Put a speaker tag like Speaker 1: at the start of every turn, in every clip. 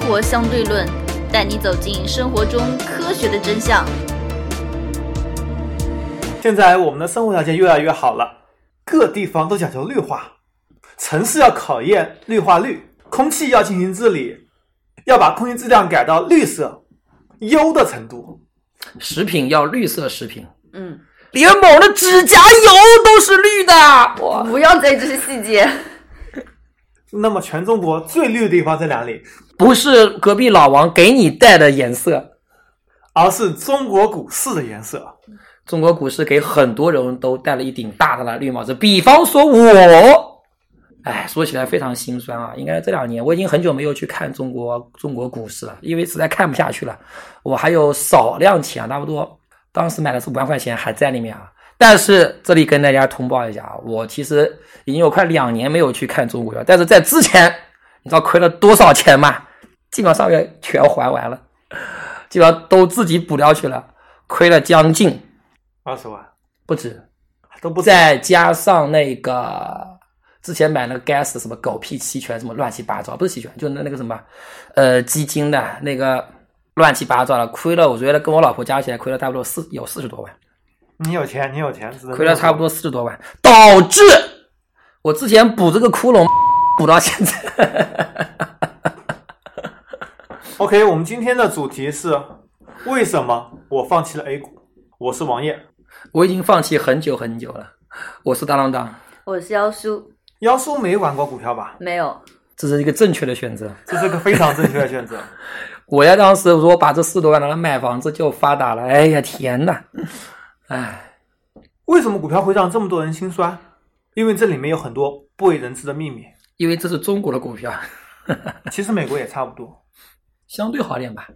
Speaker 1: 活相对论》，带你走进生活中科学的真相。
Speaker 2: 现在我们的生活条件越来越好了，各地方都讲究绿化，城市要考验绿化率，空气要进行治理，要把空气质量改到绿色优的程度。
Speaker 3: 食品要绿色食品，
Speaker 1: 嗯，
Speaker 3: 连某的指甲油都是绿的。哇，
Speaker 1: 不要在意这些细节。
Speaker 2: 那么，全中国最绿的地方在哪里？
Speaker 3: 不是隔壁老王给你带的颜色。
Speaker 2: 而是中国股市的颜色。
Speaker 3: 中国股市给很多人都戴了一顶大大的绿帽子，比方说我，哎，说起来非常心酸啊。应该这两年我已经很久没有去看中国中国股市了，因为实在看不下去了。我还有少量钱啊，差不多当时买的是五万块钱还在里面啊。但是这里跟大家通报一下啊，我其实已经有快两年没有去看中国了，但是在之前，你知道亏了多少钱吗？基本上也全还完了，基本上都自己补料去了，亏了将近
Speaker 2: 二十万
Speaker 3: 不止，
Speaker 2: 啊都不在，
Speaker 3: 再加上那个之前买那个 gas 什么狗屁期权什么乱七八糟，不是期权，就那那个什么，呃，基金的那个乱七八糟的，亏了，我觉得跟我老婆加起来亏了差不多四有四十多万，
Speaker 2: 你有钱，你有钱，只能
Speaker 3: 亏了差不多四十多万，导致我之前补这个窟窿补到现在，
Speaker 2: OK，我们今天的主题是为什么我放弃了 A 股？我是王烨，
Speaker 3: 我已经放弃很久很久了。我是当当当，
Speaker 1: 我是妖叔，
Speaker 2: 妖叔没玩过股票吧？
Speaker 1: 没有，
Speaker 3: 这是一个正确的选择。
Speaker 2: 这是个非常正确的选择。
Speaker 3: 我要当时如果把这四十多万拿来买房子就发达了，哎呀天呐，哎。
Speaker 2: 为什么股票会让这么多人心酸？因为这里面有很多不为人知的秘密。
Speaker 3: 因为这是中国的股票，
Speaker 2: 其实美国也差不多。
Speaker 3: 相对好点吧。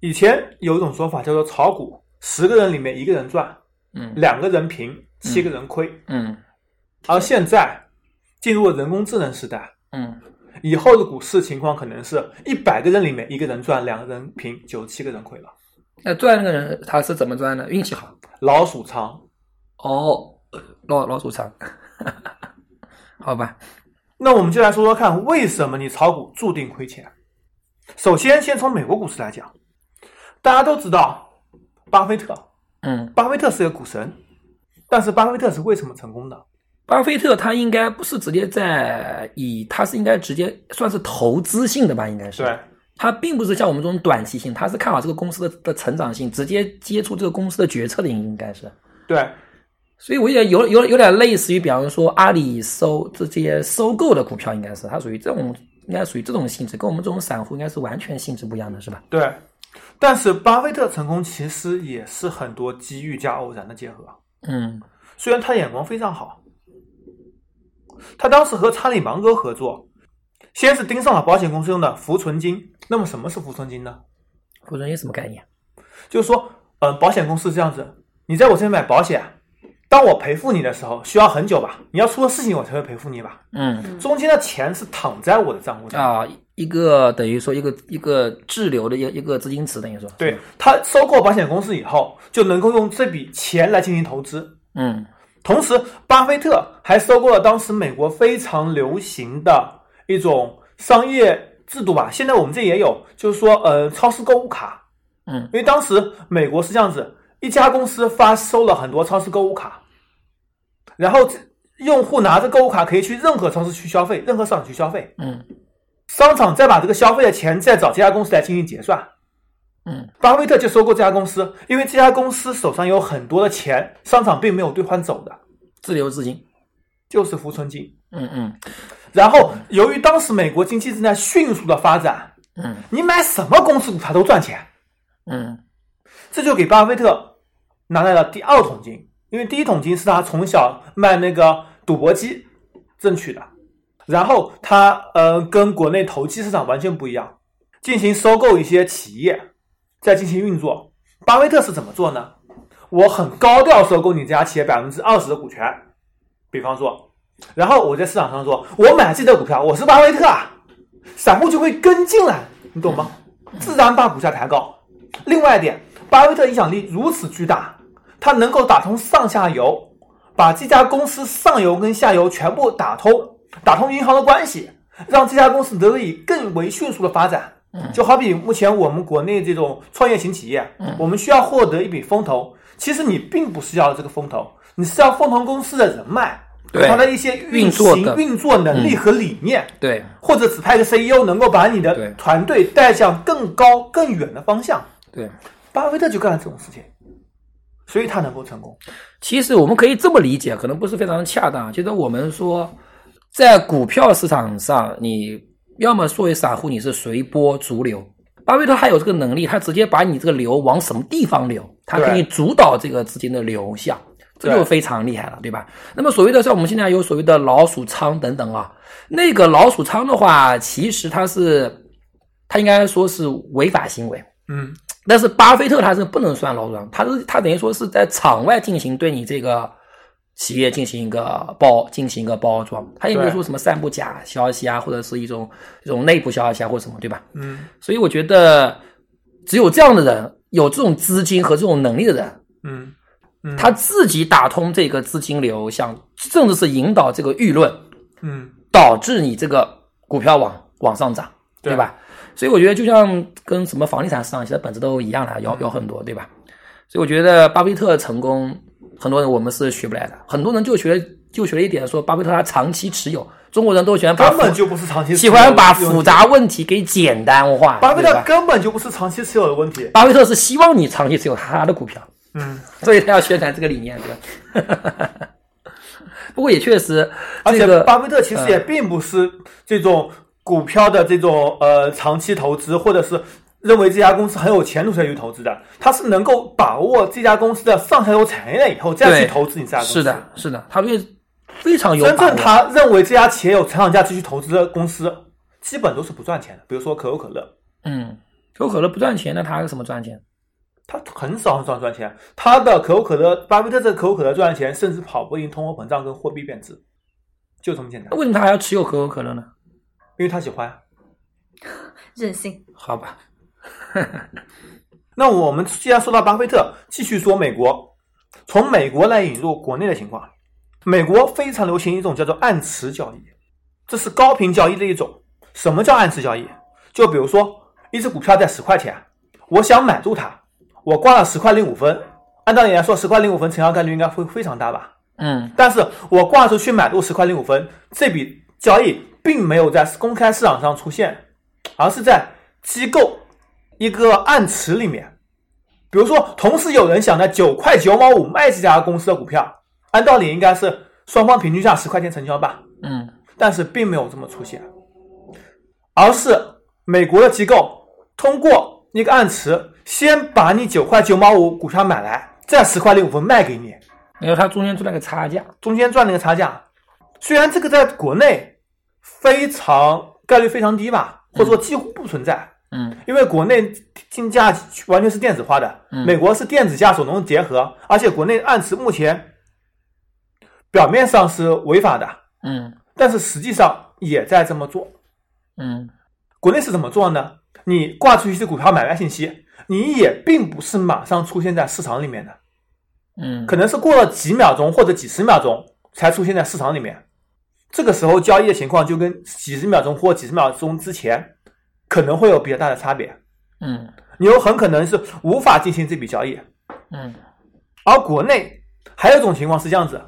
Speaker 2: 以前有一种说法叫做炒股，十个人里面一个人赚，
Speaker 3: 嗯
Speaker 2: 两个人平，七个人亏。
Speaker 3: 嗯
Speaker 2: 而现在进入了人工智能时代，
Speaker 3: 嗯，
Speaker 2: 以后的股市情况可能是一百个人里面一个人赚，两个人平，九十七个人亏了。
Speaker 3: 那赚那个人他是怎么赚的？运气好
Speaker 2: 老鼠仓。
Speaker 3: 哦，老老鼠仓， 好吧。
Speaker 2: 那我们就来说说看，为什么你炒股注定亏钱？首先，先从美国股市来讲，大家都知道巴菲特，
Speaker 3: 嗯，
Speaker 2: 巴菲特是个股神，但是巴菲特是为什么成功的？
Speaker 3: 巴菲特他应该不是直接在以，他是应该直接算是投资性的吧，应该是。
Speaker 2: 对，
Speaker 3: 他并不是像我们这种短期性，他是看好这个公司的的成长性，直接接触这个公司的决策的，应该是。
Speaker 2: 对，
Speaker 3: 所以我也有有有点类似于，比方说阿里收这些收购的股票，应该是它属于这种，应该属于这种性质，跟我们这种散户应该是完全性质不一样的，是吧？
Speaker 2: 对。但是巴菲特成功其实也是很多机遇加偶然的结合。啊
Speaker 3: 嗯
Speaker 2: 虽然他眼光非常好，他当时和查理芒格合作，先是盯上了保险公司用的浮存金。那么什么是浮存金呢？
Speaker 3: 浮存金什么概念？
Speaker 2: 就是说，呃，保险公司这样子，你在我这边买保险，当我赔付你的时候需要很久吧？你要出了事情我才会赔付你吧？
Speaker 3: 嗯
Speaker 2: 中间的钱是躺在我的账户上。
Speaker 3: 啊，一个等于说一个一个滞留的一个一个资金池，等于说。
Speaker 2: 对他收购保险公司以后，就能够用这笔钱来进行投资。
Speaker 3: 嗯
Speaker 2: 同时，巴菲特还收购了当时美国非常流行的一种商业制度吧，现在我们这也有，就是说，呃，超市购物卡。
Speaker 3: 嗯，
Speaker 2: 因为当时美国是这样子，一家公司发收了很多超市购物卡，然后这用户拿着购物卡可以去任何超市去消费，任何商场去消费，
Speaker 3: 嗯
Speaker 2: 商场再把这个消费的钱再找这家公司来进行结算。
Speaker 3: 嗯，
Speaker 2: 巴菲特就收购这家公司，因为这家公司手上有很多的钱，商场并没有兑换走的，
Speaker 3: 滞留资金。
Speaker 2: 就是浮存金。
Speaker 3: 嗯嗯
Speaker 2: 然后，由于当时美国经济正在迅速的发展，
Speaker 3: 嗯
Speaker 2: 你买什么公司股它都赚钱，
Speaker 3: 嗯
Speaker 2: 这就给巴菲特拿来了第二桶金，因为第一桶金是他从小卖那个赌博机挣取的。然后他呃跟国内投机市场完全不一样，进行收购一些企业，再进行运作。巴菲特是怎么做呢？我很高调收购你这家企业百分之二十的股权，比方说，然后我在市场上说，我买这的股票，我是巴菲特啊，散户就会跟进来，你懂吗？
Speaker 3: 嗯
Speaker 2: 自然把股价抬高。另外一点，巴菲特影响力如此巨大，他能够打通上下游，把这家公司上游跟下游全部打通，打通银行的关系，让这家公司得以更为迅速的发展。
Speaker 3: 嗯
Speaker 2: 就好比目前我们国内这种创业型企业，
Speaker 3: 嗯
Speaker 2: 我们需要获得一笔风投，其实你并不是要这个风投，你是要风投公司的人脉，
Speaker 3: 对
Speaker 2: 它的一些
Speaker 3: 运
Speaker 2: 运
Speaker 3: 作
Speaker 2: 行
Speaker 3: 的嗯
Speaker 2: 运作能力和理念，
Speaker 3: 对
Speaker 2: 或者指派一个 CEO 能够把你
Speaker 3: 对
Speaker 2: 的团队带向更高更远的方向。
Speaker 3: 对。
Speaker 2: 巴菲特就干了这种事情，所以他能够成功。
Speaker 3: 其实我们可以这么理解，可能不是非常恰当。就是我们说，在股票市场上，你要么作为散户，你是随波逐流。巴菲特他有这个能力，他直接把你这个流往什么地方流，他可以主导这个资金的流向，这就
Speaker 2: 对
Speaker 3: 非常厉害了，对吧？那么所谓的像我们现在有所谓的老鼠仓等等啊，那个老鼠仓的话，其实它是，它应该说是违法行为。
Speaker 2: 嗯，
Speaker 3: 但是巴菲特他是不能算老鼠仓，他是他等于说是在场外进行对你这个企业进行一个包进行一个包装，他也没有
Speaker 2: 对
Speaker 3: 说什么散布假消息啊，或者是一种这种内部消息啊，或者什么，对吧？
Speaker 2: 嗯
Speaker 3: 所以我觉得只有这样的人，有这种资金和这种能力的人，
Speaker 2: 嗯嗯，
Speaker 3: 他自己打通这个资金流向，甚至是引导这个舆论，
Speaker 2: 嗯
Speaker 3: 导致你这个股票往往上涨，
Speaker 2: 对
Speaker 3: 对吧？所以我觉得就像跟什么房地产市场其实本质都一样的，
Speaker 2: 嗯
Speaker 3: 有有很多，对吧？所以我觉得巴菲特成功，很多人我们是学不来的，很多人就学就学了一点说巴菲特他长期持有，中国人都喜欢把
Speaker 2: 根本就不是长期持有
Speaker 3: 喜欢把
Speaker 2: 这种
Speaker 3: 复杂问题给简单化，
Speaker 2: 巴菲
Speaker 3: 对
Speaker 2: 特
Speaker 3: 吧
Speaker 2: 根本就不是长期持有的问题。
Speaker 3: 巴菲特是希望你长期持有他的 股票，
Speaker 2: 嗯，
Speaker 3: 所以他要宣传这个理念，对吧？ 不过也确实，
Speaker 2: 而
Speaker 3: 这
Speaker 2: 且
Speaker 3: 个嗯
Speaker 2: 巴菲特其实也并不是这种股票的这种呃长期投资，或者是认为这家公司很有前途才去投资的，他是能够把握这家公司的上下游产业链以后再
Speaker 3: 对
Speaker 2: 去投资你这家公司。
Speaker 3: 是的，，是的，他对非常有
Speaker 2: 真
Speaker 3: 把
Speaker 2: 正
Speaker 3: 握。
Speaker 2: 他认为这家企业有成长价值去投资的公司，基本都是不赚钱的。比如说可口可乐，
Speaker 3: 嗯，可口可乐不赚钱，那他是怎么赚钱？
Speaker 2: 他很少很少赚钱，他的可口可乐，巴菲特这可口可乐赚的钱，甚至跑不赢通货膨胀跟货币贬值，就这么简单
Speaker 3: 那，为什么他还要持有可口可乐呢？
Speaker 2: 因为他喜欢。
Speaker 1: 任性。
Speaker 3: 好吧，
Speaker 2: 那我们既然说到巴菲特，继续说美国，从美国来引入国内的情况。美国非常流行一种叫做按池交易，这是高频交易的一种。什么叫按池交易？就比如说一只股票在十块钱，我想买入它，我挂了十块零五分，按道理来说，十块零五分成交概率应该会非常大吧？
Speaker 3: 嗯，
Speaker 2: 但是我挂出去买入十块零五分，这笔交易并没有在公开市场上出现，而是在机构一个暗池里面。比如说，同时有人想在九块九毛五卖这家公司的股票，按道理应该是双方平均价十块钱成交吧，
Speaker 3: 嗯，
Speaker 2: 但是并没有这么出现，而是美国的机构通过一个暗池，先把你九块九毛五股票买来，再十块零五分卖给你，
Speaker 3: 然后他中间赚了个差价，
Speaker 2: 中间赚了一个差价。虽然这个在国内非常概率非常低吧，或者说几乎不存在，
Speaker 3: 嗯
Speaker 2: 因为国内竞价完全是电子化的，
Speaker 3: 嗯
Speaker 2: 美国是电子加手动结合，而且国内按池目前表面上是违法的，
Speaker 3: 嗯
Speaker 2: 但是实际上也在这么做。
Speaker 3: 嗯
Speaker 2: 国内是怎么做呢？你挂出去的股票买卖信息，你也并不是马上出现在市场里面的，
Speaker 3: 嗯，
Speaker 2: 可能是过了几秒钟或者几十秒钟才出现在市场里面。这个时候交易的情况就跟几十秒钟或几十秒钟之前可能会有比较大的差别，
Speaker 3: 嗯
Speaker 2: 你有很可能是无法进行这笔交易。
Speaker 3: 嗯
Speaker 2: 而国内还有一种情况是这样子，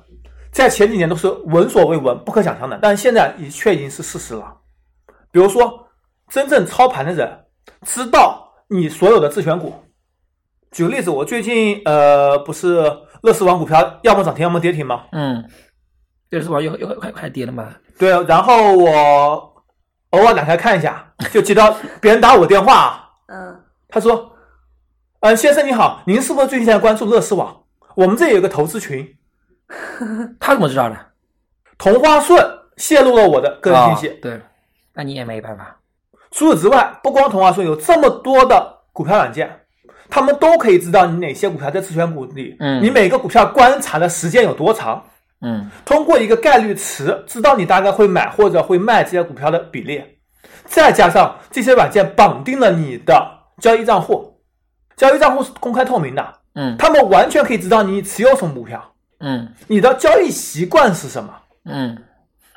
Speaker 2: 在前几年都是闻所未闻、不可想象的，但现在也却已经是事实了。比如说，真正操盘的人知道你所有的自选股。举个例子，我最近呃不是乐视网股票要么涨停要么跌停吗？
Speaker 3: 嗯，这是吧？又又快快跌了嘛？
Speaker 2: 对，然后我偶尔打开看一下，就接到别人打我电话，
Speaker 1: 嗯，
Speaker 2: 他说：“嗯，先生你好，您是不是最近在关注乐视网？我们这里有个投资群，
Speaker 3: 他怎么知道的？
Speaker 2: 同花顺泄露了我的个人信息。
Speaker 3: 哦对，那你也没办法。
Speaker 2: 除此之外，不光同花顺有这么多的股票软件，他们都可以知道你哪些股票在自选股里，
Speaker 3: 嗯
Speaker 2: 你每个股票观察的时间有多长，
Speaker 3: 嗯
Speaker 2: 通过一个概率池知道你大概会买或者会卖这些股票的比例，再加上这些软件绑定了你的交易账户，交易账户是公开透明的，
Speaker 3: 嗯
Speaker 2: 他们完全可以知道你持有什么股票，
Speaker 3: 嗯
Speaker 2: 你的交易习惯是什么。
Speaker 3: 嗯，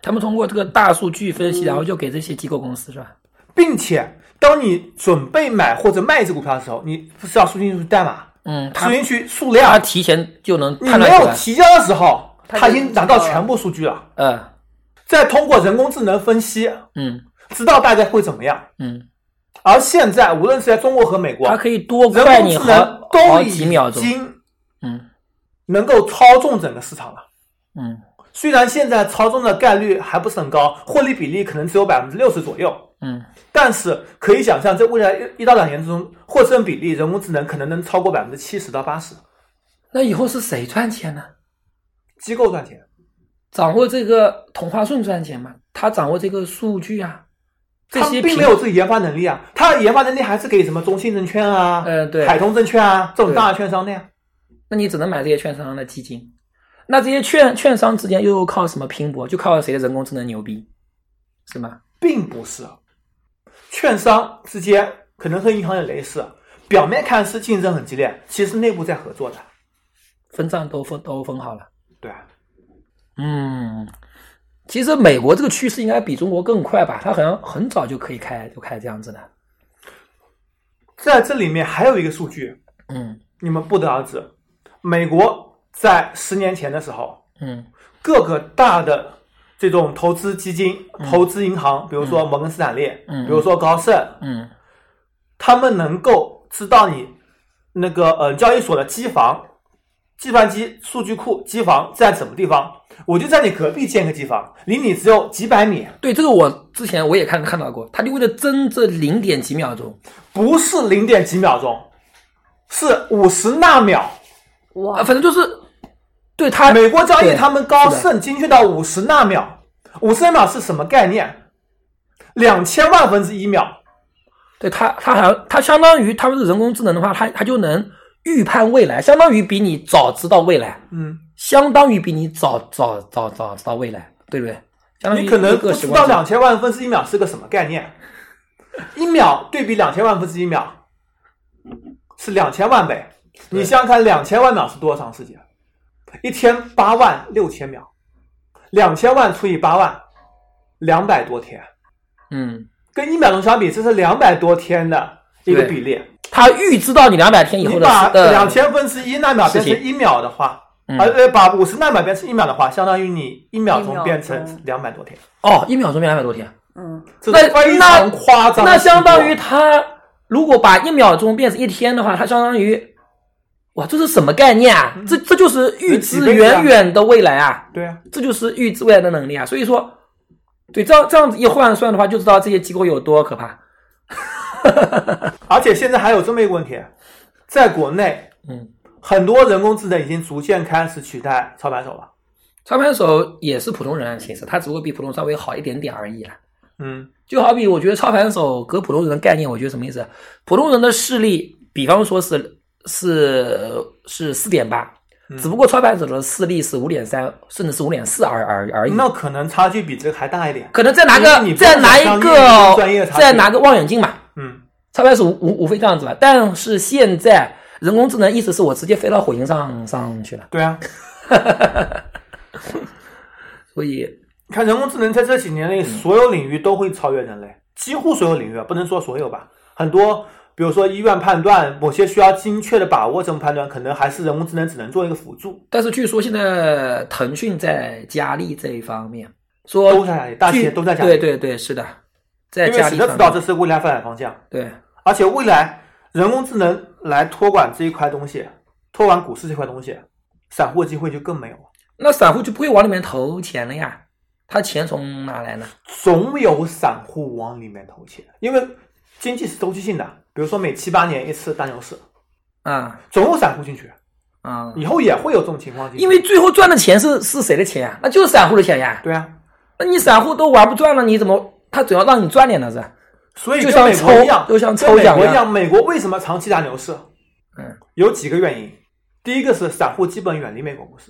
Speaker 3: 他们通过这个大数据分析，然后就给这些机构公司是吧？
Speaker 2: 并且当你准备买或者卖一只股票的时候，你不是要输进去代码，
Speaker 3: 嗯，
Speaker 2: 输
Speaker 3: 他
Speaker 2: 进去数
Speaker 3: 他
Speaker 2: 量，
Speaker 3: 提前就能
Speaker 2: 你
Speaker 3: 判
Speaker 2: 没
Speaker 3: 断出
Speaker 2: 有
Speaker 3: 来，
Speaker 2: 提交的时候，
Speaker 3: 他就
Speaker 2: 他已经拿到全部数据了，
Speaker 3: 嗯
Speaker 2: 再通过人工智能分析，
Speaker 3: 嗯
Speaker 2: 知道大概会怎么样。
Speaker 3: 嗯，
Speaker 2: 而现在，无论是在中国和美国，
Speaker 3: 他可以多
Speaker 2: 人
Speaker 3: 快
Speaker 2: 工
Speaker 3: 你
Speaker 2: 智
Speaker 3: 好
Speaker 2: 能
Speaker 3: 好
Speaker 2: 都
Speaker 3: 几秒
Speaker 2: 已
Speaker 3: 钟，
Speaker 2: 经
Speaker 3: 嗯
Speaker 2: 能够操纵整个市场了。
Speaker 3: 嗯
Speaker 2: 虽然现在操纵的概率还不是很高，获利比例可能只有百分之六十左右，
Speaker 3: 嗯
Speaker 2: 但是可以想象，在未来一一到两年之中，获胜比例人工智能可能能超过百分之七十到八十，
Speaker 3: 那以后是谁赚钱呢？
Speaker 2: 机构赚钱。
Speaker 3: 掌握这个同花顺赚钱嘛？他掌握这个数据啊，这
Speaker 2: 他
Speaker 3: 些
Speaker 2: 并
Speaker 3: 平
Speaker 2: 没有自己研发能力啊，他的研发能力还是给什么中信证券啊、
Speaker 3: 呃对
Speaker 2: 海通证券啊这种
Speaker 3: 对
Speaker 2: 大的券商的呀。
Speaker 3: 那你只能买这些券商的基金。那这些券券商之间又靠什么拼搏？就靠谁的人工智能牛逼，是吗？
Speaker 2: 并不是，券商之间可能和银行也类似，表面看是竞争很激烈，其实内部在合作的。
Speaker 3: 分账都分都分好了。
Speaker 2: 对啊，
Speaker 3: 嗯，其实美国这个趋势应该比中国更快吧？它好像很早就可以开就开这样子的。
Speaker 2: 在这里面还有一个数据，
Speaker 3: 嗯
Speaker 2: 你们不得而知。美国在十年前的时候，
Speaker 3: 嗯
Speaker 2: 各个大的这种投资基金、投资银行，比如说摩根斯坦利，
Speaker 3: 嗯
Speaker 2: 比如说高盛，
Speaker 3: 嗯
Speaker 2: 他们能够知道你那个呃交易所的机房、计算机数据库机房在什么地方，我就在你隔壁建个机房，离你只有几百米，
Speaker 3: 对，这个我之前我也看看到过，它就为了争这零点几秒钟，
Speaker 2: 不是零点几秒钟，是五十纳秒。
Speaker 3: 啊，
Speaker 1: 哇，
Speaker 3: 反正就是对它
Speaker 2: 美国交易
Speaker 3: 对
Speaker 2: 他们高盛精确到五十纳秒，五十纳秒是什么概念？两千万分之一秒，
Speaker 3: 对它它好像它相当于他们是人工智能的话，它它就能预判未来，相当于比你早知道未来，
Speaker 2: 嗯，
Speaker 3: 相当于比你早早早早知道未来，对不对？相当于
Speaker 2: 你可能
Speaker 3: 一
Speaker 2: 不
Speaker 3: 个
Speaker 2: 知
Speaker 3: 时
Speaker 2: 道
Speaker 3: 光
Speaker 2: 两千万分之一秒是个什么概念。一秒对比两千万分之一秒是两千万倍，你想想看，两千万秒是多长时间？一天八万六千秒，两千万除以八万，两百多天，
Speaker 3: 嗯，
Speaker 2: 跟一秒钟相比，这是两百多天的一个
Speaker 3: 对
Speaker 2: 比例。
Speaker 3: 它预知到你两百天以
Speaker 2: 你
Speaker 3: 后
Speaker 2: 把
Speaker 3: 的呃的
Speaker 2: 两千分之一纳秒变
Speaker 3: 事
Speaker 2: 成一秒的话，
Speaker 3: 嗯
Speaker 2: 呃呃，把五十纳秒变成一秒的话，相当于你一秒
Speaker 1: 一
Speaker 2: 钟
Speaker 1: 秒
Speaker 2: 变成
Speaker 1: 钟
Speaker 2: 两百多天，
Speaker 3: 哦，一秒钟变两百多天。
Speaker 1: 嗯，
Speaker 2: 这
Speaker 3: 那
Speaker 2: 是非常夸张的
Speaker 3: 那相当于
Speaker 2: 速度
Speaker 3: 他如果把一秒钟变成一天的话，它相当于，哇，这是什么概念啊？这这就是预
Speaker 2: 嗯几
Speaker 3: 知
Speaker 2: 倍啊
Speaker 3: 远远的未来啊！
Speaker 2: 对啊，
Speaker 3: 这就是预知未来的能力啊！所以说，对这样这样子一换算的话，就知道这些机构有多可怕。
Speaker 2: 而且现在还有这么一个问题，在国内
Speaker 3: 嗯，
Speaker 2: 很多人工智能已经逐渐开始取代操盘手了。
Speaker 3: 操盘手也是普通人啊，其实他只不过比普通人稍微好一点点而已啊啦、
Speaker 2: 嗯，
Speaker 3: 就好比我觉得操盘手和普通人的概念，我觉得什么意思？普通人的视力，比方说是是是四点八，
Speaker 2: 嗯
Speaker 3: 只不过操盘手的视力是五点三，甚至是五点四而而而已。
Speaker 2: 那可能差距比这个还大一点。
Speaker 3: 可能再拿
Speaker 2: 因为
Speaker 3: 个
Speaker 2: 你不
Speaker 3: 再拿一
Speaker 2: 想象力跟专业
Speaker 3: 个
Speaker 2: 差距
Speaker 3: 再拿个望远镜嘛，
Speaker 2: 嗯，
Speaker 3: 操盘手无无无非这样子吧。但是现在人工智能意思是我直接飞到火星上上去了，
Speaker 2: 对啊，
Speaker 3: 所以
Speaker 2: 你看人工智能在这几年内
Speaker 3: 嗯
Speaker 2: 所有领域都会超越人类，几乎所有领域，啊，不能说所有吧，很多。比如说医院判断，某些需要精确的把握这种判断，可能还是人工智能只能做一个辅助。
Speaker 3: 但是据说现在腾讯在加力这一方面说
Speaker 2: 都在加力大企业
Speaker 3: 据
Speaker 2: 都在加力
Speaker 3: 对对对，是的，在
Speaker 2: 因为
Speaker 3: 加
Speaker 2: 谁
Speaker 3: 力
Speaker 2: 都知道
Speaker 3: 方
Speaker 2: 这
Speaker 3: 面。
Speaker 2: 是未来发展方向，
Speaker 3: 对，
Speaker 2: 而且未来人工智能来托管这一块东西，托管股市这块东西，散户机会就更没有了。
Speaker 3: 那散户就不会往里面投钱了呀，他钱从哪来呢？
Speaker 2: 总有散户往里面投钱，因为经济是周期性的，比如说每七八年一次大牛市，
Speaker 3: 啊
Speaker 2: 总有散户进去，
Speaker 3: 啊，
Speaker 2: 以后也会有这种情况进去。
Speaker 3: 因为最后赚的钱是是谁的钱啊呀？那就是散户的钱呀。
Speaker 2: 对啊，
Speaker 3: 那你散户都玩不转了，你怎么他总要让你赚点的是吧？
Speaker 2: 所以
Speaker 3: 就
Speaker 2: 跟
Speaker 3: 像
Speaker 2: 美国一样，
Speaker 3: 抽就像
Speaker 2: 跟
Speaker 3: 抽
Speaker 2: 美
Speaker 3: 奖
Speaker 2: 国
Speaker 3: 一
Speaker 2: 一
Speaker 3: 样
Speaker 2: 样，美国为什么长期大牛市？
Speaker 3: 嗯，
Speaker 2: 有几个原因，第一个是散户基本远离美国股市，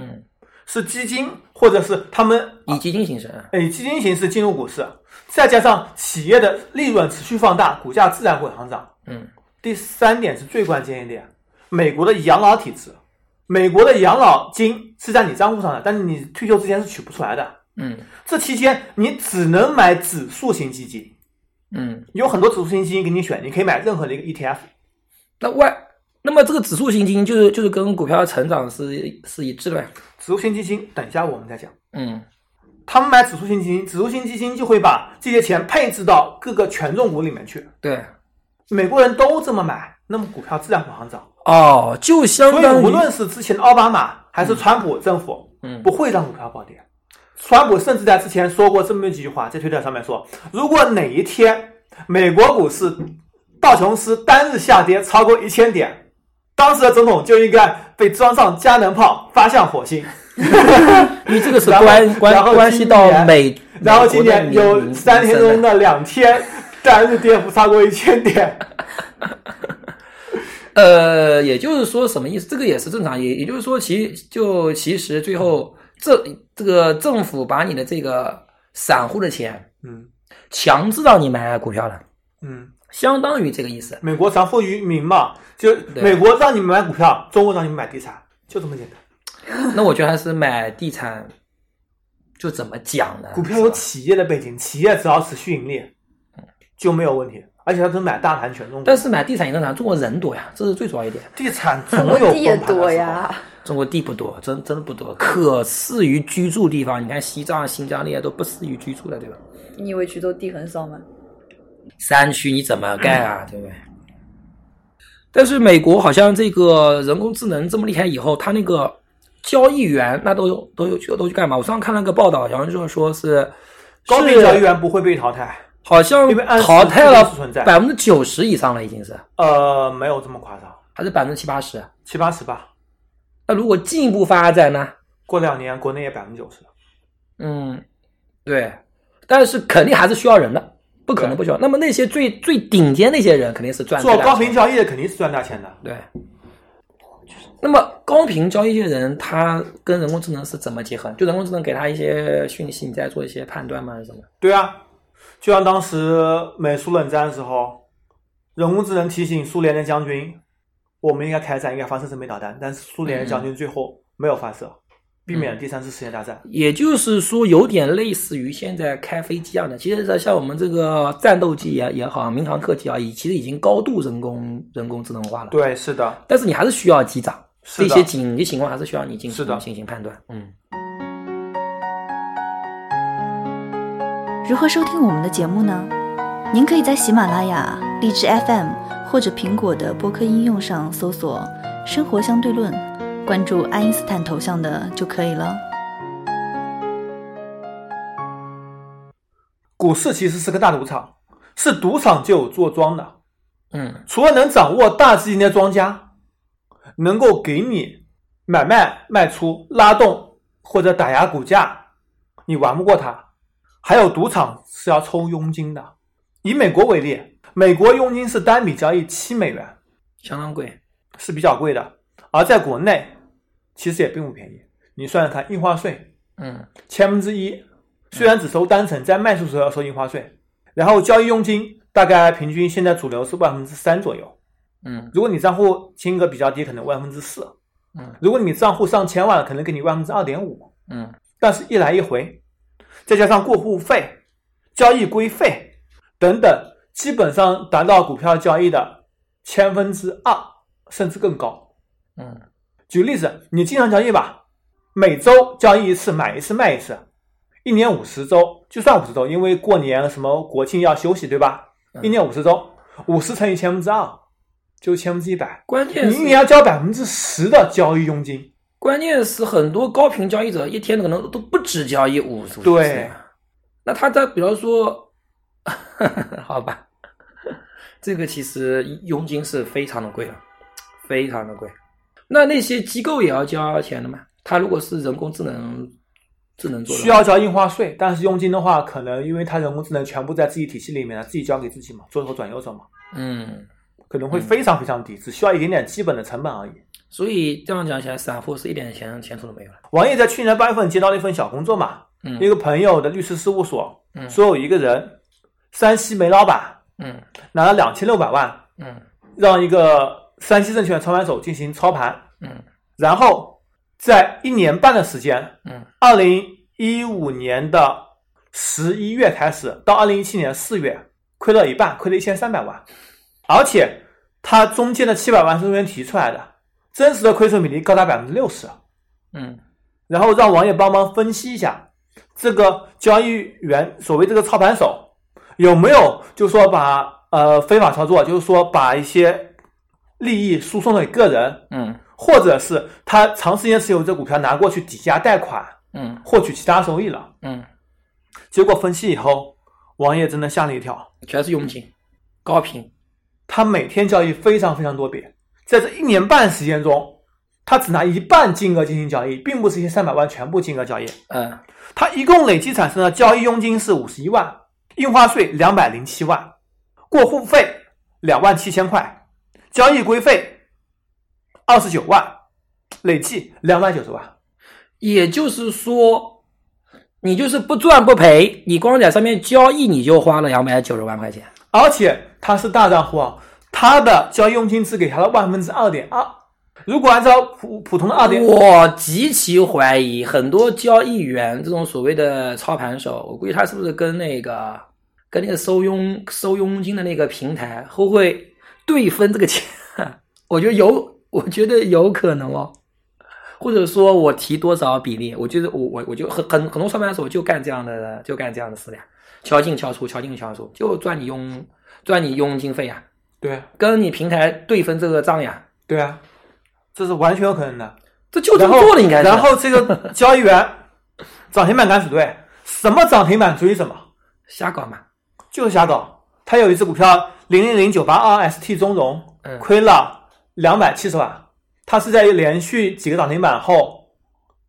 Speaker 3: 嗯，
Speaker 2: 是基金或者是他们
Speaker 3: 以基金形式，嗯
Speaker 2: 哎以基金形式进入股市，再加上企业的利润持续放大，股价自然会上涨。
Speaker 3: 嗯
Speaker 2: 第三点是最关键一点，美国的养老体制，美国的养老金是在你账户上的，但是你退休之前是取不出来的。
Speaker 3: 嗯
Speaker 2: 这期间你只能买指数型基金，
Speaker 3: 嗯，
Speaker 2: 有很多指数型基金给你选，你可以买任何的一个 E ETF。
Speaker 3: 那外那么这个指数型基金就是就是跟股票的成长是是一致的呗。
Speaker 2: 指数型基金，等一下我们再讲。
Speaker 3: 嗯
Speaker 2: 他们买指数型基金，指数型基金就会把这些钱配置到各个权重股里面去。，
Speaker 3: 对。
Speaker 2: 美国人都这么买，那么股票自然往上涨。
Speaker 3: 哦，就相
Speaker 2: 所以
Speaker 3: 当于
Speaker 2: 无论是之前的奥巴马还是川普政府，
Speaker 3: 嗯
Speaker 2: 不会让股票暴跌。川普甚至在之前说过这么几句话，在推特上面说，如果哪一天美国股市道琼斯单日下跌超过一千点，当时的总统就应该被装上加农炮发向火星。
Speaker 3: 因为这个是
Speaker 2: 然后
Speaker 3: 关
Speaker 2: 然后
Speaker 3: 关关系
Speaker 2: 今
Speaker 3: 到
Speaker 2: 年
Speaker 3: 美，
Speaker 2: 然后
Speaker 3: 美
Speaker 2: 今
Speaker 3: 国的
Speaker 2: 年
Speaker 3: 民
Speaker 2: 有三天中，的两天单日跌幅超过一千点，
Speaker 3: 民生的呃，也就是说什么意思？这个也是正常，也也就是说其，就其实最后这这个政府把你的这个散户的钱
Speaker 2: 嗯
Speaker 3: 强制让你买股票了，
Speaker 2: 嗯，
Speaker 3: 相当于这个 意思。
Speaker 2: 美国藏富于民嘛，就
Speaker 3: 对
Speaker 2: 美国让你们买股票，中国让你们买地产，就这么简单。
Speaker 3: 那我觉得还是买地产，就怎么讲呢？
Speaker 2: 股票有
Speaker 3: 是吧
Speaker 2: 企业的背景，企业只要持续盈利就没有问题，而且它只买大盘权重股。
Speaker 3: 嗯但是买地产也正常，中国人多呀，这是最主要一点。
Speaker 2: 地产总 有
Speaker 1: 地也
Speaker 3: 啊
Speaker 2: 崩盘
Speaker 1: 多
Speaker 2: 的时候，
Speaker 1: 呀，
Speaker 3: 中国地不多，真真的不多，可适于居住地方，你看西藏、新疆那些都不适于居住的，对吧？
Speaker 1: 你以为衢州地很少吗？
Speaker 3: 山区你怎么盖
Speaker 2: 嗯
Speaker 3: 啊，对不对？但是美国好像这个人工智能这么厉害以后，它那个交易员那都有都有去都去干嘛？我上次看了个报道，好像就是说是
Speaker 2: 高频
Speaker 3: 是
Speaker 2: 交易员不会被淘汰。
Speaker 3: 好像
Speaker 2: 因为按时
Speaker 3: 淘汰
Speaker 2: 定
Speaker 3: 了
Speaker 2: 律存在
Speaker 3: 百分之九十以上了，已经是
Speaker 2: 呃，没有这么夸张，
Speaker 3: 还是百分之七八十。
Speaker 2: 七八十吧。
Speaker 3: 那如果进一步发展呢？
Speaker 2: 过两年国内也百分之九十。
Speaker 3: 嗯，对，但是肯定还是需要人的，不可能
Speaker 2: 对
Speaker 3: 不需要。那么那些最最顶尖那些人肯定是赚
Speaker 2: 做
Speaker 3: 最大
Speaker 2: 高
Speaker 3: 钱
Speaker 2: 频交易的肯定是赚大钱的。
Speaker 3: 对。那么高频交易的人，他跟人工智能是怎么结合？就人工智能给他一些讯息，你再做一些判断吗？还是什么？
Speaker 2: 对啊，就像当时美苏冷战的时候，人工智能提醒苏联的将军，我们应该开战，应该发射正枚导弹，但是苏联的将
Speaker 3: 嗯
Speaker 2: 军最后没有发射，避免了第三次世界大战。
Speaker 3: 也就是说，有点类似于现在开飞机一样的。其实像我们这个战斗机也也好，民航客机啊，已其实已经高度人工人工智能化了。
Speaker 2: 对，是的，
Speaker 3: 但是你还是需要机长，
Speaker 2: 是
Speaker 3: 这
Speaker 2: 的
Speaker 3: 些紧急情况还是需要你进
Speaker 2: 是的
Speaker 3: 行进行判断。嗯。
Speaker 1: 如何收听我们的节目呢？您可以在喜马拉雅、荔枝 FM 或者苹果的播客应用上搜索“生活相对论”，关注爱因斯坦头像的就可以了。
Speaker 2: 股市其实是个大赌场，是赌场就有做庄的，
Speaker 3: 嗯
Speaker 2: 除了能掌握大资金的庄家，能够给你买卖、卖出、拉动或者打压股价，你玩不过他。还有赌场是要抽佣金的。以美国为例，美国佣金是单笔交易七美元，
Speaker 3: 相当贵。
Speaker 2: 是比较贵的，而在国内其实也并不便宜。你算算看，印花税
Speaker 3: 嗯
Speaker 2: 千分之一，虽然只收单程，在卖出时候要收印花税，然后交易佣金大概平均现在主流是百分之三左右。
Speaker 3: 嗯
Speaker 2: 如果你账户金额比较低，可能万分之四；
Speaker 3: 嗯
Speaker 2: 如果你账户上千万了，可能给你万分之二点五。
Speaker 3: 嗯
Speaker 2: 但是，一来一回，再加上过户费、交易规费等等，基本上达到股票交易的千分之二，甚至更高。
Speaker 3: 嗯
Speaker 2: 举个例子，你经常交易吧，每周交易一次，买一次卖一次，一年五十周，就算五十周，因为过年什么国庆要休息，对吧？
Speaker 3: 嗯
Speaker 2: 一年五十周，五十乘以千分之二，就是千分之一百。
Speaker 3: 关键
Speaker 2: 你
Speaker 3: 是
Speaker 2: 你要交百分之十的交易佣金，
Speaker 3: 关键是很多高频交易者一天可能都不止交易五十。
Speaker 2: 对，
Speaker 3: 那他在比方说， 好吧，这个其实佣金是非常的贵了，非常的贵。那那些机构也要交钱的嘛？他如果是人工智能智能做的话，
Speaker 2: 需要交印花税，但是佣金的话，可能因为它人工智能全部在自己体系里面，自己交给自己嘛，左手转右手嘛，
Speaker 3: 嗯，
Speaker 2: 可能会非常非常低，只需要一点点基本的成本而已。
Speaker 3: 所以这样讲起来，散户是一点钱前途都没有了。
Speaker 2: 王爷在去年八月份接到了一份小工作嘛，
Speaker 3: 嗯
Speaker 2: 一个朋友的律师事务所
Speaker 3: 嗯
Speaker 2: 说有一个人，山西煤老板
Speaker 3: 嗯
Speaker 2: 拿了两千六百万，
Speaker 3: 嗯
Speaker 2: 让一个山西证券操盘手进行操盘，
Speaker 3: 嗯
Speaker 2: 然后在一年半的时间，
Speaker 3: 嗯
Speaker 2: 二零一五年的十一月开始到二零一七年四月，亏了一半，亏了一千三百万，而且它中间的七百万是中间提出来的，真实的亏损比例高达百分之六十。啊
Speaker 3: 嗯
Speaker 2: 然后让王爷帮忙分析一下这个交易员所谓这个操盘手有没有就是说把呃非法操作，就是说把一些利益输送给个人，
Speaker 3: 嗯
Speaker 2: 或者是他长时间持有这股票拿过去抵押贷款
Speaker 3: 嗯
Speaker 2: 获取其他收益了。
Speaker 3: 嗯，
Speaker 2: 结果分析以后，王爷真的吓了一跳，
Speaker 3: 全是佣金，高频。
Speaker 2: 他每天交易非常非常多笔，在这一年半时间中，他只拿一半金额进行交易，并不是一千三百万全部金额交易。
Speaker 3: 嗯
Speaker 2: 他一共累计产生的交易佣金是五十一万，印花税两百零七万，过户费两万七千块，交易规费二十九万，累计两百九十万。
Speaker 3: 也就是说，你就是不赚不赔，你光在上面交易你就花了两百九十万块钱。
Speaker 2: 而且他是大账户啊，他的交易佣金只给他的万分之二点二。如果按照普普通的二点，
Speaker 3: 我极其怀疑很多交易员这种所谓的操盘手，我估计他是不是跟那个跟那个收佣收佣金的那个平台会不会对分这个钱？ 我觉得有，我觉得有可能哦。或者说我提多少比例，我觉得我我我就很很很多操盘手就干这样的就干这样的事呀，敲进敲出，敲进敲出，就赚你佣赚你佣金费呀，
Speaker 2: 对
Speaker 3: 跟你平台对分这个账呀，
Speaker 2: 对啊，这是完全有可能的。
Speaker 3: 这就这
Speaker 2: 然
Speaker 3: 么
Speaker 2: 后
Speaker 3: 做了应该是。
Speaker 2: 然后这个交易员 涨停板敢死队，什么涨停板追什么。
Speaker 3: 瞎搞嘛，
Speaker 2: 就是瞎搞。他有一只股票零零零九八二 ST 中融，
Speaker 3: 嗯
Speaker 2: 亏了两百七十万。他是在连续几个涨停板后，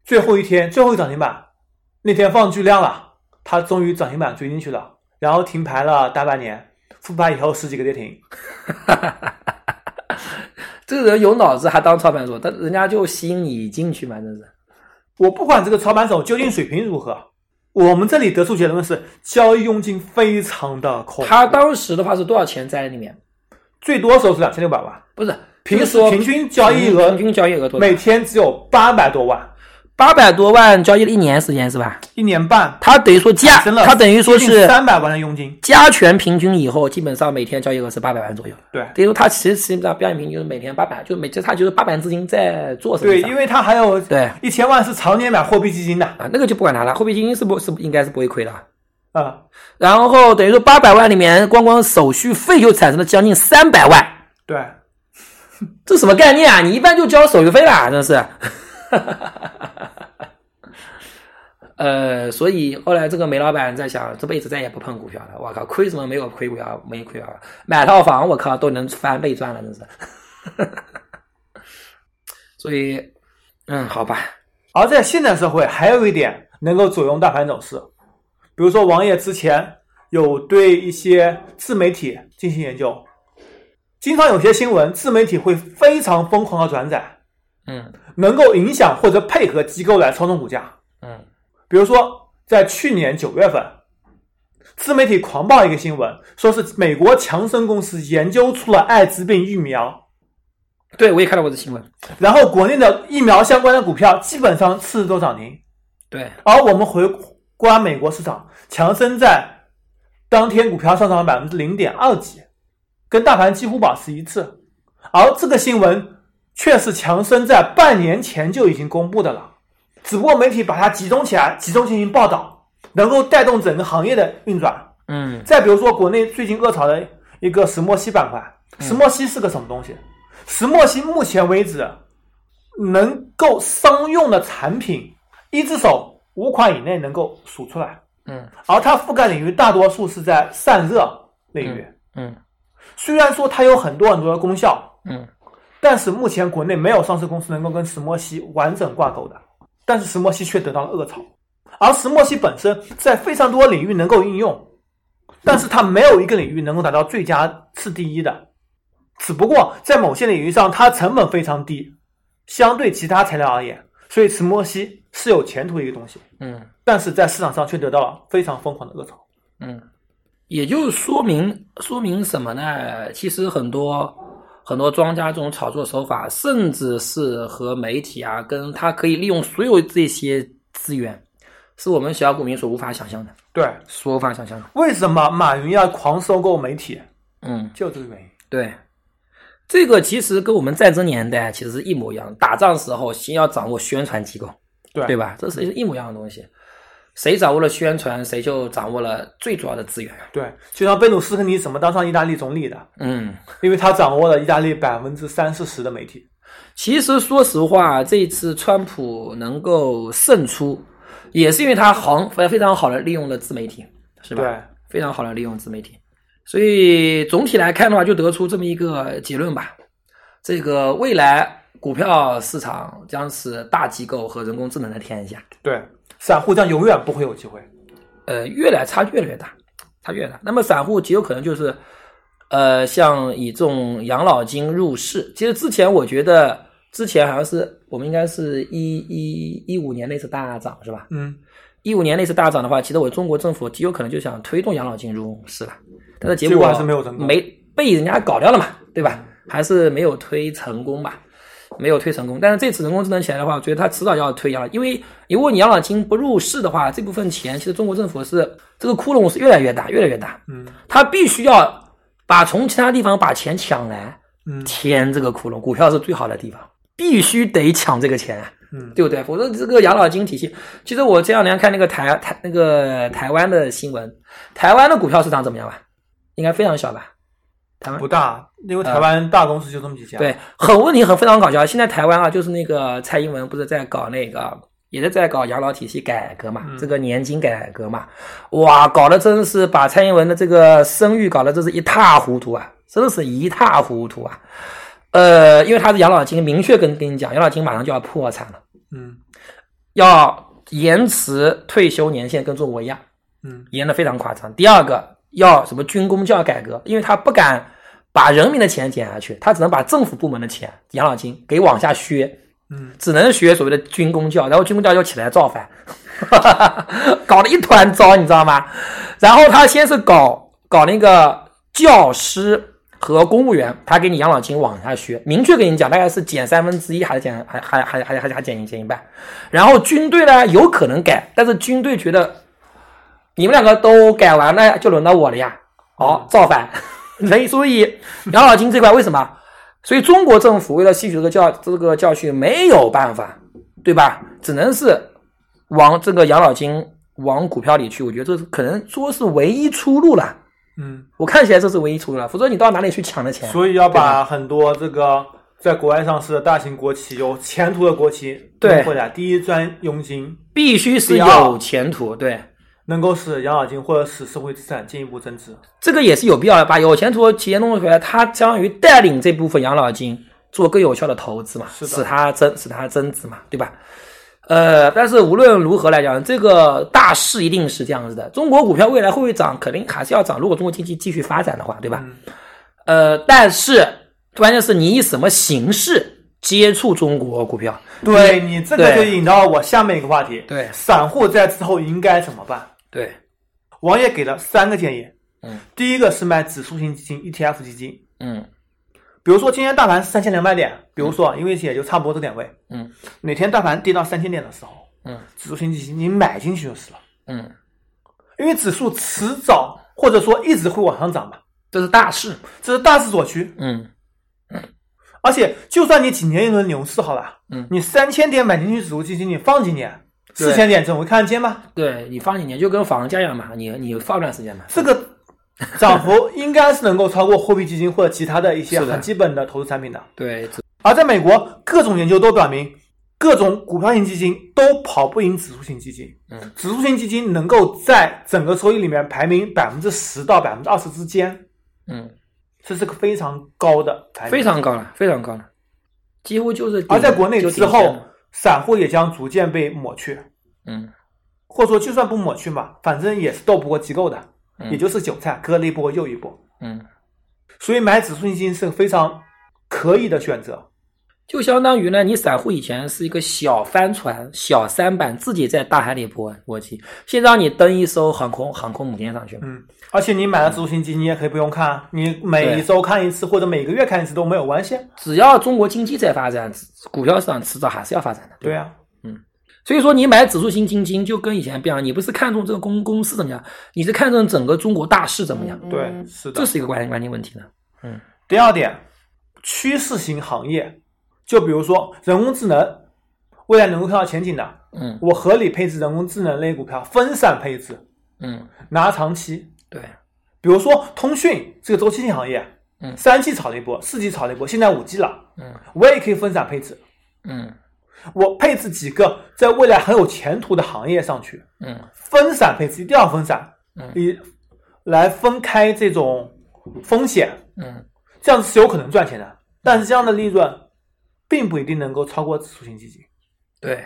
Speaker 2: 最后一天最后一个涨停板那天放巨量了，他终于涨停板追进去了，然后停牌了大半年，复牌以后十几个跌停。
Speaker 3: 这个人有脑子还当操盘手，但人家就吸引你进去嘛，真是。
Speaker 2: 我不管这个操盘手究竟水平如何，我们这里得出结论是交易佣金非常的抠，
Speaker 3: 他当时的话是多少钱在里面？
Speaker 2: 最多时候是两千六百万，
Speaker 3: 不是，
Speaker 2: 平
Speaker 3: 就是
Speaker 2: 时
Speaker 3: 说
Speaker 2: 平均交易额
Speaker 3: 平均交易额多少
Speaker 2: 每？天只有八百多万，
Speaker 3: 八百多万交易了一年时间是吧？
Speaker 2: 一年半
Speaker 3: 他等于说加，
Speaker 2: 增了，
Speaker 3: 他等于说是
Speaker 2: 三百万的佣金，
Speaker 3: 加权平均以后，基本上每天交易额是八百万左右。
Speaker 2: 对
Speaker 3: 等于说他其实实际上标准平均就是每天八百，就每就他就是八百万资金在做什么？
Speaker 2: 对，因为他还有
Speaker 3: 对
Speaker 2: 一千万是常年买货币基金的啊、
Speaker 3: 啊，那个就不管他了，货币基金是不是不应该是不会亏的啊。
Speaker 2: 嗯
Speaker 3: 然后等于说八百万里面，光光手续费就产生了将近三百万。
Speaker 2: 对，
Speaker 3: 这什么概念啊？你一般就交手续费啦，真是。 呃，所以后来这个梅老板在想，这辈子再也不碰股票了。我靠，亏什么没有亏股票，没亏啊！买套房，我靠，都能翻倍赚了，真是。 所以，嗯，好吧，
Speaker 2: 而在现代社会，还有一点能够左右大盘走势，比如说王爷之前有对一些自媒体进行研究，经常有些新闻自媒体会非常疯狂的转载，
Speaker 3: 嗯
Speaker 2: 能够影响或者配合机构来操纵股价。
Speaker 3: 嗯
Speaker 2: 比如说，在去年九月份，自媒体狂爆一个新闻，说是美国强生公司研究出了艾滋病疫苗，
Speaker 3: 对我也看到过这新闻，
Speaker 2: 然后国内的疫苗相关的股票基本上次日都涨停。
Speaker 3: 对，
Speaker 2: 而我们回观美国市场，强生在当天股票上涨了百分之零点二几，跟大盘几乎保持一致。而这个新闻却是强生在半年前就已经公布的了，只不过媒体把它集中起来，集中进行报道，能够带动整个行业的运转。
Speaker 3: 嗯
Speaker 2: 再比如说，国内最近热炒的一个石墨烯板块，石墨烯是个什么东西？石墨烯目前为止能够商用的产品，一只手五款以内能够数出来，
Speaker 3: 嗯
Speaker 2: 而它覆盖领域大多数是在散热领域。
Speaker 3: 嗯
Speaker 2: 虽然说它有很多很多的功效，
Speaker 3: 嗯，
Speaker 2: 但是目前国内没有上市公司能够跟石墨烯完整挂钩的。但是石墨烯却得到了恶炒，而石墨烯本身在非常多领域能够应用，但是它没有一个领域能够达到最佳次第一的。只不过在某些领域上，它成本非常低，相对其他材料而言，所以石墨烯是有前途的一个东西。
Speaker 3: 嗯
Speaker 2: 但是在市场上却得到了非常疯狂的恶炒。
Speaker 3: 嗯，也就说明说明什么呢？其实很多很多庄家这种炒作手法，甚至是和媒体啊，跟他可以利用所有这些资源，是我们小股民所无法想象的，
Speaker 2: 对，
Speaker 3: 所无法想象的。
Speaker 2: 为什么马云要狂收购媒体？
Speaker 3: 嗯，
Speaker 2: 就这个原因。
Speaker 3: 对，这个其实跟我们战争年代其实是一模一样。打仗时候先要掌握宣传机构，
Speaker 2: 对
Speaker 3: 对吧？这是一模一样的东西。谁掌握了宣传，谁就掌握了最主要的资源。
Speaker 2: 对，就像贝鲁斯科尼怎么当上意大利总理的，
Speaker 3: 嗯，
Speaker 2: 因为他掌握了意大利百分之三四十的媒体。
Speaker 3: 其实说实话，这一次川普能够胜出，也是因为他行非非常好的利用了自媒体，是吧？
Speaker 2: 对，
Speaker 3: 非常好的利用自媒体。所以总体来看的话，就得出这么一个结论吧：这个未来股票市场将是大机构和人工智能的天下。
Speaker 2: 对，散户将永远不会有机会。
Speaker 3: 呃，越来差距越来越大，差距越来越大。那么散户极有可能就是，呃，像以这种养老金入市。其实之前我觉得，之前好像是我们应该是一一一五年那次大涨是吧？
Speaker 2: 嗯，
Speaker 3: 一五年那次大涨的话，其实我中国政府极有可能就想推动养老金入市了，但是结
Speaker 2: 结
Speaker 3: 果
Speaker 2: 果还是没有成功嗯
Speaker 3: 没被人家搞掉了嘛，对吧？还是没有推成功吧，没有推成功。但是这次人工智能起来的话，我觉得它迟早要推养老，因为如果你养老金不入市的话，这部分钱其实中国政府是这个窟窿是越来越大，越来越大。
Speaker 2: 嗯，
Speaker 3: 它必须要把从其他地方把钱抢来，
Speaker 2: 嗯
Speaker 3: 填这个窟窿。股票是最好的地方，必须得抢这个钱啊。
Speaker 2: 嗯
Speaker 3: 对不对？否则这个养老金体系，其实我这两年看那个台台那个台湾的新闻，台湾的股票市场怎么样吧？应该非常小吧？台湾
Speaker 2: 不大，因为台湾大公司就这么几家。
Speaker 3: 对，很问题很非常搞笑。现在台湾啊，就是那个蔡英文不是在搞那个，也是在搞养老体系改革嘛，
Speaker 2: 嗯
Speaker 3: 这个年金改革嘛，哇，搞得真是把蔡英文的这个声誉搞得真是一塌糊涂啊，真的是一塌糊涂啊。呃，因为他的养老金明确跟跟你讲，养老金马上就要破产了，
Speaker 2: 嗯
Speaker 3: 要延迟退休年限，跟中国一样。
Speaker 2: 嗯
Speaker 3: 延的非常夸张。第二个要什么军工教改革，因为他不敢把人民的钱减下去，他只能把政府部门的钱养老金给往下削，
Speaker 2: 嗯，
Speaker 3: 只能学所谓的军工教，然后军工教就起来造反， 搞得一团糟，你知道吗？然后他先是搞搞那个教师和公务员，他给你养老金往下削，明确跟你讲，大概是减三分之一，还是减还还还还还还减一减一半。然后军队呢，有可能改，但是军队觉得你们两个都改完了，就轮到我了呀。哦，造反， 所以所以养老金这块为什么？所以中国政府为了吸取这个教这个教训，没有办法，对吧？只能是往这个养老金往股票里去。我觉得这是可能说是唯一出路了。
Speaker 2: 嗯，
Speaker 3: 我看起来这是唯一出路了，否则你到哪里去抢的钱？
Speaker 2: 所以要
Speaker 3: 对吧
Speaker 2: 把很多这个在国外上市的大型国企、有前途的国企
Speaker 3: 对
Speaker 2: 弄回来，第一专佣金。
Speaker 3: 必须是有前途，对。
Speaker 2: 能够使养老金或者使社会资产进一步增值。
Speaker 3: 这个也是有必要的，把有前途的企业弄出来，它相当于带领这部分养老金做更有效的投资嘛，
Speaker 2: 是的
Speaker 3: 使它增使它增值嘛，对吧？呃，但是无论如何来讲，这个大势一定是这样子的。中国股票未来会不会涨，肯定还是要涨。如果中国经济继续发展的话，对吧？
Speaker 2: 嗯
Speaker 3: 呃，但是关键是你以什么形式接触中国股票？
Speaker 2: 对你这个
Speaker 3: 对
Speaker 2: 就引到我下面一个话题，
Speaker 3: 对
Speaker 2: 散户在之后应该怎么办？
Speaker 3: 对，
Speaker 2: 王爷给了三个建议，
Speaker 3: 嗯，
Speaker 2: 第一个是买指数型基金 ETF 基金，
Speaker 3: 嗯
Speaker 2: 比如说今天大盘三千两百点，比如说因为也就差不多这点位，
Speaker 3: 嗯
Speaker 2: 哪天大盘跌到三千点的时候，
Speaker 3: 嗯
Speaker 2: 指数型基金你买进去就是了，
Speaker 3: 嗯，
Speaker 2: 因为指数迟早或者说一直会往上涨嘛，
Speaker 3: 这是大势。
Speaker 2: 这是大势所趋。
Speaker 3: 嗯
Speaker 2: 而且就算你几年一轮牛市好了，
Speaker 3: 嗯
Speaker 2: 你三千点买进去指数基金，你放几年？
Speaker 3: 对
Speaker 2: 四千点整会看得见吗？
Speaker 3: 对你放几年就跟房价一样嘛，你你放段时间嘛，
Speaker 2: 这个涨幅应该是能够超过货币基金或者其他的一些
Speaker 3: 是的
Speaker 2: 很基本的投资产品的。
Speaker 3: 对，
Speaker 2: 而在美国，各种研究都表明，各种股票型基金都跑不赢指数型基金。
Speaker 3: 嗯，
Speaker 2: 指数型基金能够在整个收益里面排名百分之十到百分之二十之间，
Speaker 3: 嗯，
Speaker 2: 这是个非常高的排名。
Speaker 3: 非。常高了，非常高了，几乎就是顶。
Speaker 2: 而在国内
Speaker 3: 就顶
Speaker 2: 之
Speaker 3: 尖
Speaker 2: 后
Speaker 3: 了，
Speaker 2: 散户也将逐渐被抹去，
Speaker 3: 嗯，
Speaker 2: 或者说就算不抹去嘛，反正也是斗不过机构的，
Speaker 3: 嗯
Speaker 2: 也就是韭菜割了一波又一波。
Speaker 3: 嗯，
Speaker 2: 所以买指数型基金是个非常可以的选择。
Speaker 3: 就相当于呢，你散户以前是一个小帆船、小舢板，自己在大海里搏搏击，现在让你登一艘航空航空母舰上去了。
Speaker 2: 嗯，而且你买了指数型基金，你也可以不用看，啊你每
Speaker 3: 对
Speaker 2: 一周看一次或者每个月看一次都没有关系。啊
Speaker 3: 只要中国经济在发展，股票市场迟早还是要发展的。
Speaker 2: 对啊，
Speaker 3: 所以说，你买指数型基金就跟以前不一样，你不是看重这个公公司怎么样，你是看重整个中国大势怎么样，
Speaker 1: 嗯
Speaker 2: 对，是的
Speaker 3: 这。是一个关键关键问题呢。
Speaker 2: 第二点，趋势型行业，就比如说人工智能，未来能够看到前景的，
Speaker 3: 嗯
Speaker 2: 我合理配置人工智能类股票，分散配置，
Speaker 3: 嗯，
Speaker 2: 拿长期。
Speaker 3: 对，
Speaker 2: 比如说通讯这个周期性行业，
Speaker 3: 嗯
Speaker 2: 三 G 炒了一波，四 G 炒了一波，现在五 G 了，
Speaker 3: 嗯
Speaker 2: 我也可以分散配置，
Speaker 3: 嗯
Speaker 2: 我配置几个在未来很有前途的行业上去，
Speaker 3: 嗯
Speaker 2: 分散配置一定要分散，
Speaker 3: 嗯
Speaker 2: 以来分开这种风险，
Speaker 3: 嗯，
Speaker 2: 这样子是有可能赚钱的，但是这样的利润并不一定能够超过指数型基金，
Speaker 3: 对，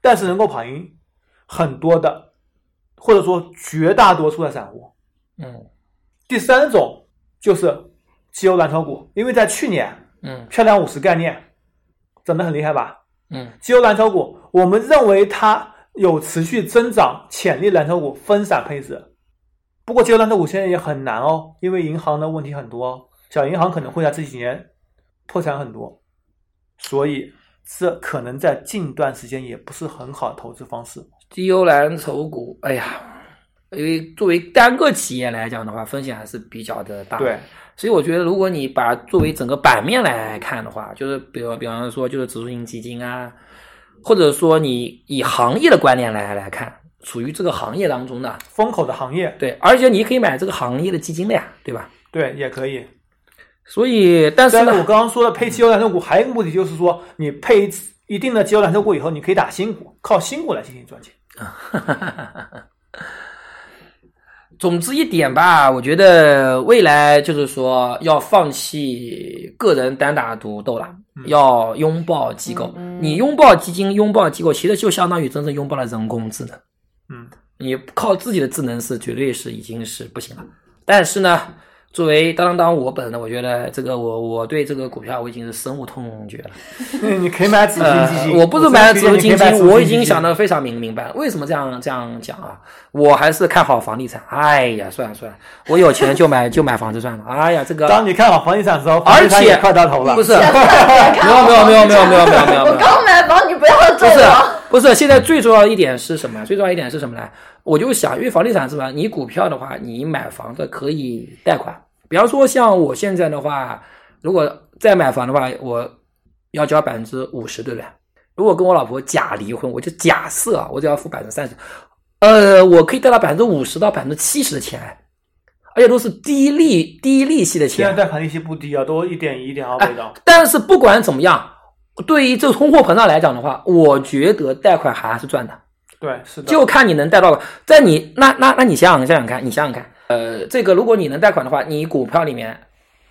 Speaker 2: 但是能够跑赢很多的，或者说绝大多数的散户。
Speaker 3: 嗯
Speaker 2: 第三种就是绩优蓝筹股，因为在去年
Speaker 3: 嗯
Speaker 2: 漂亮五十概念涨得很厉害吧？
Speaker 3: 嗯
Speaker 2: 绩优蓝筹股，我们认为它有持续增长潜力，蓝筹股分散配置。不过绩优蓝筹股现在也很难哦，因为银行的问题很多哦，小银行可能会在这几年破产很多，所以这可能在近段时间也不是很好的投资方式。
Speaker 3: 绩优蓝筹股，哎呀，因为作为单个企业来讲的话，风险还是比较的大。
Speaker 2: 对，
Speaker 3: 所以我觉得，如果你把作为整个版面来看的话，就是比如比方说就是指数型基金啊，或者说你以行业的观念来来看，处于这个行业当中的，
Speaker 2: 风口的行业，
Speaker 3: 对，而且你可以买这个行业的基金的呀，对吧？
Speaker 2: 对，也可以。
Speaker 3: 所以，但是
Speaker 2: 但是我
Speaker 3: 呢，
Speaker 2: 刚刚说的配绩优蓝筹股，还有一个目的就是说，你配一定的绩优蓝筹股以后，你可以打新股，靠新股来进行赚钱。
Speaker 3: 总之一点吧，我觉得未来就是说要放弃个人单打独斗了，要拥抱机构。你拥抱基金，拥抱机构，其实就相当于真正拥抱了人工智能。
Speaker 2: 嗯，
Speaker 3: 你靠自己的智能是绝对是已经是不行了。但是呢，作为当当当我本人呢，我觉得这个我我对这个股票我已经是深恶痛绝了。
Speaker 2: 你可以买指数型基金，
Speaker 3: 呃我不是买了指数
Speaker 2: 基
Speaker 3: 基金，我已经想。的非常明明白了。为什么这样这样讲啊？我还是看好房地产。哎呀，算了算了，我有钱就买就买房子算了。哎呀，这个
Speaker 2: 当你看好房地产的时候，
Speaker 3: 而
Speaker 2: 房地
Speaker 3: 且
Speaker 2: 产也快到头 了，
Speaker 3: 不是，
Speaker 4: 没
Speaker 3: 没有没有没有没有没有没有没有
Speaker 4: 我
Speaker 3: 没有，
Speaker 4: 刚买房，你不要
Speaker 3: 不
Speaker 4: 这
Speaker 3: 是
Speaker 4: 样。
Speaker 3: 不是，现在最重要的一点是什么？最重要一点是什么呢？我就想，因为房地产是吧？你股票的话，你买房子可以贷款。比方说，像我现在的话，如果再买房的话，我要交百分之五十，对不对？如果跟我老婆假离婚，我就假设啊，我只要付百分之三十，呃，我可以贷到百分之五十到百分之七十的钱，而且都是低利低利息的
Speaker 2: 现在
Speaker 3: 钱。哎
Speaker 2: 贷款利息不低啊，都一点一点二倍的。
Speaker 3: 但是不管怎么样，对于这个通货膨胀来讲的话，我觉得贷款还是赚的。
Speaker 2: 对，是的，
Speaker 3: 就看你能贷到，在你那那那你想想想想看，你想想看，呃，这个如果你能贷款的话，你股票里面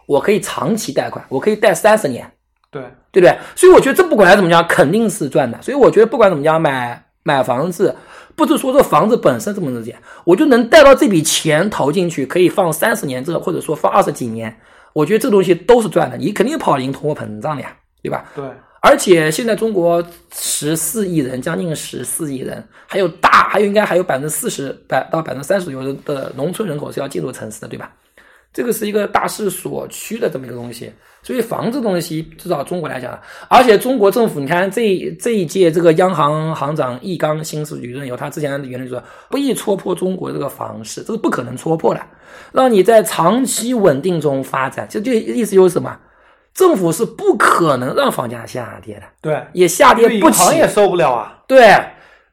Speaker 3: 我可以长期贷款，我可以贷三十年，
Speaker 2: 对
Speaker 3: 对不对？所以我觉得这不管怎么讲，肯定是赚的。所以我觉得不管怎么讲，买买房子，不是说这房子本身怎么怎么样，我就能贷到这笔钱投进去，可以放三十年这个，或者说放二十几年，我觉得这东西都是赚的，你肯定跑赢通货膨胀的呀，对吧？
Speaker 2: 对，
Speaker 3: 而且现在中国十四亿人，将近十四亿人，还有大，还有应该还有百分之四十百到百分之三十左右的农村人口是要进入城市的，对吧？这个是一个大势所趋的这么一个东西，所以房子东西至少中国来讲，而且中国政府，你看这这一届这个央行行长易纲新式任由他之前的言论就说不易戳破中国这个房市，这是不可能戳破的，让你在长期稳定中发展，这就意思就是什么？政府是不可能让房价下跌的，
Speaker 2: 对，
Speaker 3: 也下
Speaker 2: 因为
Speaker 3: 跌不
Speaker 2: 银
Speaker 3: 起。
Speaker 2: 行也受不了啊。
Speaker 3: 对，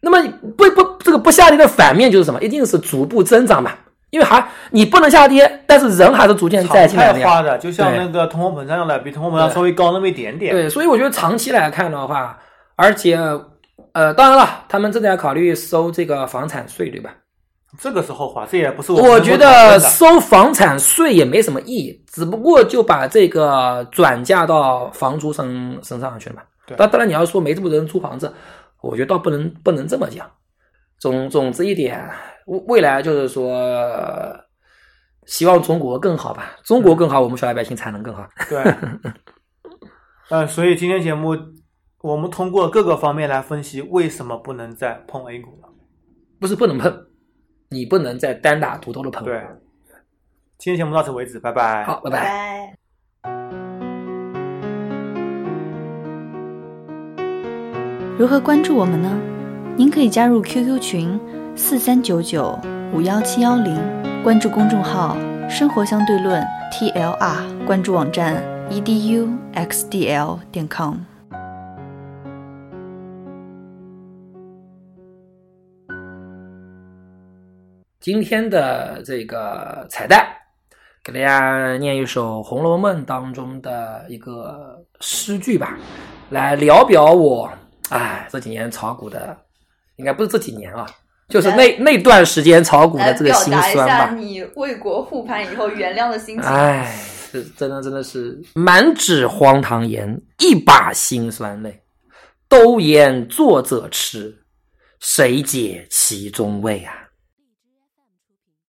Speaker 3: 那么不不这个不下跌的反面就是什么？一定是逐步增长嘛，因为还你不能下跌，但是人还是逐渐在
Speaker 2: 常
Speaker 3: 进来
Speaker 2: 态
Speaker 3: 的呀。
Speaker 2: 化的，就像那个通货膨胀样的，比通货膨胀稍微高那么一点点。
Speaker 3: 对，所以我觉得长期来看的话，而且呃，当然了，他们正在考虑收这个房产税，对吧？
Speaker 2: 这个是后话，这也不是
Speaker 3: 我
Speaker 2: 我
Speaker 3: 觉
Speaker 2: 觉
Speaker 3: 得收房产税也没什么意义，只不过就把这个转嫁到房租身身上去了嘛。
Speaker 2: 对
Speaker 3: 但当然你要说没这么多人租房子，我觉得倒不能不能这么讲。总总之一点，未未来就是说，呃希望中国更好吧，中国更好，我们小老百姓才能更好。
Speaker 2: 对， 呃，所以今天节目我们通过各个方面来分析为什么不能再碰 A 股了。
Speaker 3: 不是不能碰，你不能再单打独斗的碰。
Speaker 2: 对，今天节目到此为止，拜拜。
Speaker 3: 好，拜拜。
Speaker 4: 拜。
Speaker 1: 如何关注我们呢？您可以加入 QQ 群四三九九五幺七幺零，关注公众号“生活相对论 ”TLR，关注网站 E eduxdl 点 com。
Speaker 3: 今天的这个彩蛋，给大家念一首《红楼梦》当中的一个诗句吧，来聊表我哎这几年炒股的，应该不是这几年啊，就是那那段时间炒股
Speaker 4: 来
Speaker 3: 的这个
Speaker 4: 表
Speaker 3: 心
Speaker 4: 达一
Speaker 3: 酸
Speaker 4: 下
Speaker 3: 吧。
Speaker 4: 你为国护盘以后原谅的心情。
Speaker 3: 哎，是真的真的是满纸荒唐言，一把辛酸泪。都言作者痴，谁解其中味啊？